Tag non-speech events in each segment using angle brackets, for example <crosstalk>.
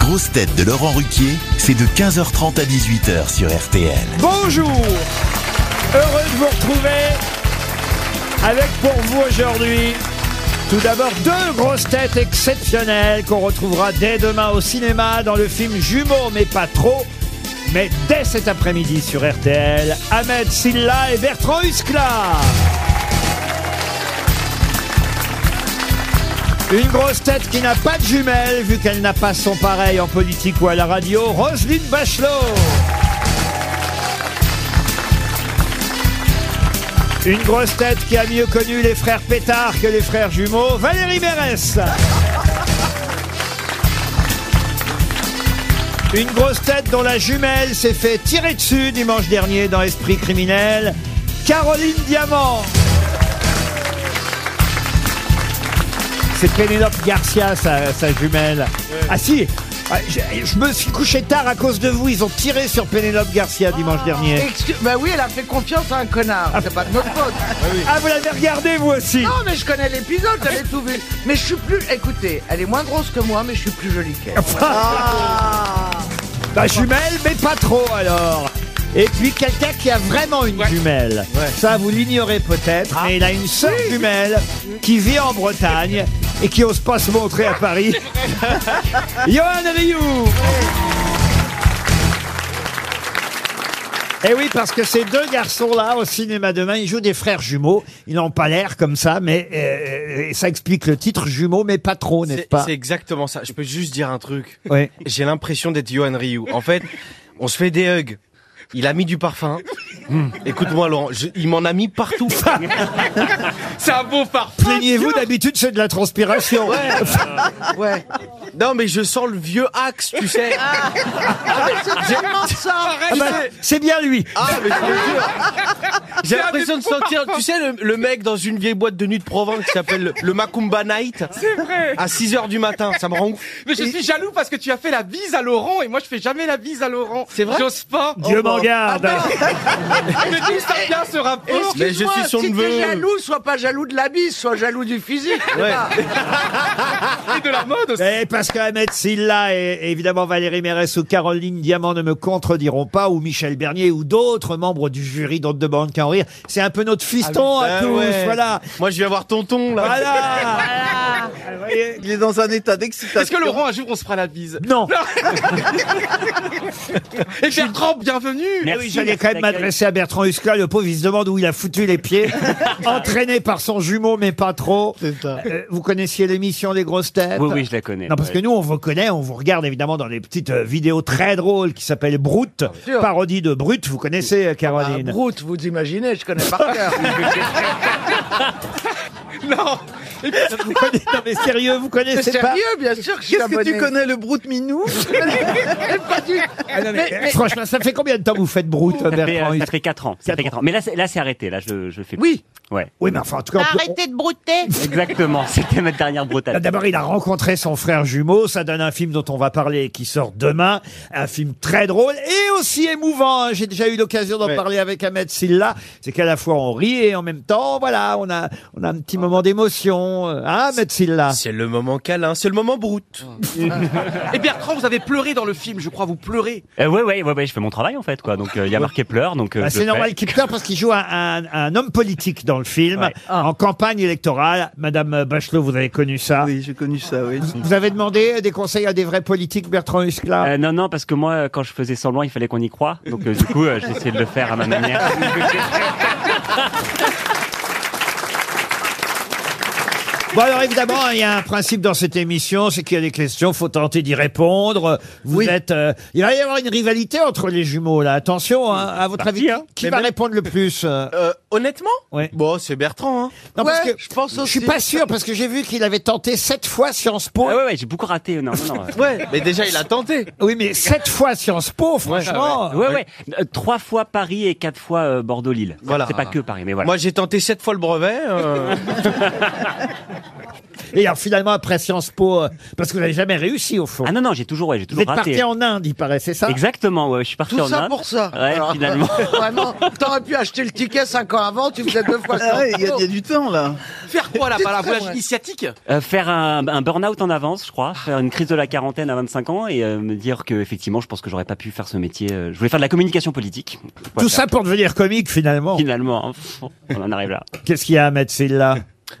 grosses têtes de Laurent Ruquier, c'est de 15h30 à 18h sur RTL. Bonjour Heureux de vous retrouver avec pour vous aujourd'hui tout d'abord deux grosses têtes exceptionnelles qu'on retrouvera dès demain au cinéma dans le film Jumeaux mais pas trop. Mais dès cet après-midi sur RTL, Ahmed Silla et Bertrand Huskla. Une grosse tête qui n'a pas de jumelles vu qu'elle n'a pas son pareil en politique ou à la radio, Roselyne Bachelot. Une grosse tête qui a mieux connu les frères Pétard que les frères jumeaux, Valérie Mérès. Une grosse tête dont la jumelle s'est fait tirer dessus dimanche dernier dans Esprit criminel, Caroline Diamant. C'est Pénélope Garcia, sa, sa jumelle. Ah si ah, je, je me suis couché tard à cause de vous. Ils ont tiré sur Pénélope Garcia dimanche dernier. Excuse- bah oui, elle a fait confiance à un connard. C'est pas de notre faute. Ah, vous l'avez regardé, vous aussi Non, mais je connais l'épisode, j'avais tout vu. Mais je suis plus. Écoutez, elle est moins grosse que moi, mais je suis plus jolie Ah, qu'elle. La Bah, jumelle, mais pas trop alors. Et puis quelqu'un qui a vraiment une jumelle. Ça, vous l'ignorez peut-être, mais il a une sœur jumelle qui vit en Bretagne et qui ose pas se montrer à Paris. <laughs> Johan Rioux Eh oui, parce que ces deux garçons-là, au cinéma demain, ils jouent des frères jumeaux. Ils n'ont pas l'air comme ça, mais euh, ça explique le titre jumeaux, mais pas trop, n'est-ce C'est pas c'est exactement ça. Je peux juste dire un truc. Oui. J'ai l'impression d'être Johan Ryu. En fait, on se fait des hugs. Il a mis du parfum. Hmm, Écoute-moi, Laurent, je- il m'en a mis partout. C'est un beau parfum. Plaignez-vous, d'habitude, c'est de la transpiration. Ouais. Non, mais je sens le vieux axe, tu sais. C'est tellement ça. Ah bah, c'est bien lui. Ah, mais je te jure. J'ai C'est un l'impression des de sentir, parfums. tu sais, le, le mec dans une vieille boîte de nuit de Provence qui s'appelle le, le Macumba Night C'est vrai. à 6 heures du matin. Ça me rend ouf. Mais je suis jaloux parce que tu as fait la bise à Laurent et moi je fais jamais la bise à Laurent. C'est vrai J'ose pas. Dieu m'en garde. Ah bah. Mais d'où ça vient ce rapport Mais je suis son si neveu. t'es jaloux, sois pas jaloux de la bise, sois jaloux du physique. Ouais. et de la mode aussi. Eh, parce qu'Ahmed Silla et et évidemment Valérie Mérès ou Caroline Diamant ne me contrediront pas, ou Michel Bernier ou d'autres membres du jury dont de bandes qu'à en rire. C'est un peu notre fiston à Ah tous. ouais. <laughs> Ah Voilà. Moi, je vais avoir tonton, là. Ah, Voilà. Il est dans un état d'excitation. Est-ce que Laurent un jour on se fera la bise Non. Et Bertrand, bienvenue. Eh oui, j'allais quand même m'adresser à Bertrand Huska, le pauvre, il se demande où il a foutu les <laughs> pieds, entraîné par son jumeau, mais pas trop. Euh, vous connaissiez l'émission des grosses têtes Oui, oui, je la connais. Non, parce que nous, on vous connaît, on vous regarde évidemment dans les petites euh, vidéos très drôles qui s'appellent Brute, sûr. parodie de Brute, vous connaissez euh, Ah, Caroline Brute, vous imaginez, je connais Ah, par cœur. Non. Et puis, Vous connaissez- non, mais sérieux, vous Mais connaissez pas sérieux, bien sûr que je suis Qu'est-ce que abonné. tu connais le Brute <laughs> Minou Mais pas du- Ah, mais- Eh, mais- Franchement, ça fait combien de temps que vous faites Brute, Mais, euh, Bertrand ça fait 4 ans. ça fait Quatre quatre ans. Mais là, c'est- là c'est arrêté. Là, je, je fais. Oui. Ouais. Oui, mais enfin, en tout Bah, cas, on peut- Arrêtez de brouter Exactement. <laughs> C'était ma dernière Là, brutale. D'abord, il a rencontré son frère jumeau. Ça donne un film dont on va parler et qui sort demain. Un film très drôle et aussi émouvant. hein. J'ai déjà eu l'occasion d'en Ouais. parler avec Ahmed Silla. C'est qu'à la fois on rit et en même temps, voilà, on a, on a un Ah, petit moment d'émotion. Euh, Hein, Ahmed Silla C'est le moment câlin, c'est le moment brut. et Eh, Bertrand, vous avez pleuré dans le film, je crois, vous pleurez. Euh, ouais, ouais, ouais, ouais, je fais mon travail en fait, quoi. Donc euh, il y a marqué pleurs, donc. euh, Ah, Bah, je c'est le normal fais. qu'il pleure parce qu'il joue un, un- un homme politique dans le film, en campagne électorale. Madame Bachelot, vous avez connu ça. Oui, j'ai connu ça, oui. Vous avez demandé des conseils à des vrais politiques, Bertrand Huskla Euh, non, non, parce que moi, euh, quand je faisais semblant, il fallait qu'on y croie. Donc euh, du coup, euh, j'ai essayé de le faire à <laughs> ma manière. Bon alors évidemment, il y a un principe dans cette émission, c'est qu'il y a des questions, faut tenter d'y répondre. Vous êtes, euh, il va y avoir une rivalité entre les jumeaux là. Attention, hein, à votre avis, qui Mais va même- répondre le plus euh Euh, honnêtement Ouais. Bon, c'est Bertrand, hein. Non parce Ouais, que je pense je suis aussi. pas sûr parce que j'ai vu qu'il avait tenté sept fois Sciences Po. Ah, ouais, ouais, j'ai beaucoup raté. Non, non, non. euh. Ouais, mais déjà, il a tenté. Oui mais sept fois Sciences Po, franchement. Ouais, ouais. Euh, Trois fois Paris et quatre fois euh, Bordeaux-Lille. Voilà. C'est pas que Paris, mais voilà. Moi, j'ai tenté sept fois le brevet. euh, Et alors finalement, après Sciences Po, euh, parce que vous n'avez jamais réussi au fond. Ah non, non, j'ai toujours, ouais, j'ai vous toujours êtes raté. parti en Inde, il paraît, c'est ça Exactement, ouais, je suis parti Tout en ça Inde. pour ça. Ouais, <laughs> Alors, finalement. <laughs> Vraiment, t'aurais pu acheter le ticket 5 ans avant, tu faisais deux fois Ah ça. ouais, Il y, a- il y a du temps là. Faire quoi là-bas là, C'est voyage vrai. initiatique Euh, faire un, un burn-out en avance, je crois, faire une crise de la quarantaine à 25 ans et euh, me dire que effectivement, je pense que j'aurais pas pu faire ce métier. euh, Je voulais faire de la communication politique. Tout ça pour devenir comique finalement. Finalement, <laughs> hein, pff, on en arrive là. Qu'est-ce qu'il y a à mettre là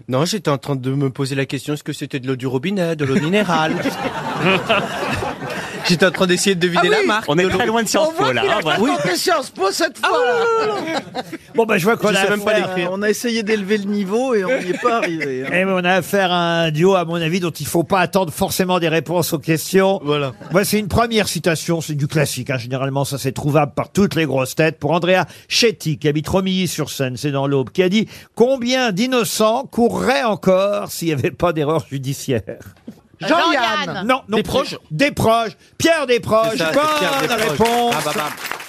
Non, j'étais en train de me poser la question est-ce que c'était de l'eau du robinet, de l'eau minérale J'étais en train d'essayer de deviner Ah la oui. marque. On est de l'eau. très loin de On Sciences Po voit là. qu'il Ah, a hein, pas vraiment. tenté Sciences Po cette fois. là. Bon, ben je vois qu'on a Je sais même pas affaire- l'écrire. Euh, on a essayé d'élever le niveau et on n'y est pas arrivé. hein. Eh, mais on a affaire à un duo, à mon avis, dont il ne faut pas attendre forcément des réponses aux questions. Voilà. Voici une première citation, c'est du classique. hein. Généralement, ça c'est trouvable par toutes les grosses têtes. Pour Andrea Chetty, qui habite Romilly-sur-Seine, c'est dans l'Aube, qui a dit « Combien d'innocents courraient encore s'il n'y avait pas d'erreur judiciaire Jean-Yann. Non, non. Des proches Des proches. Pierre Desproges. Ah, C'est ça, c'est Pierre Bonne Desproges. réponse Ah bah bah.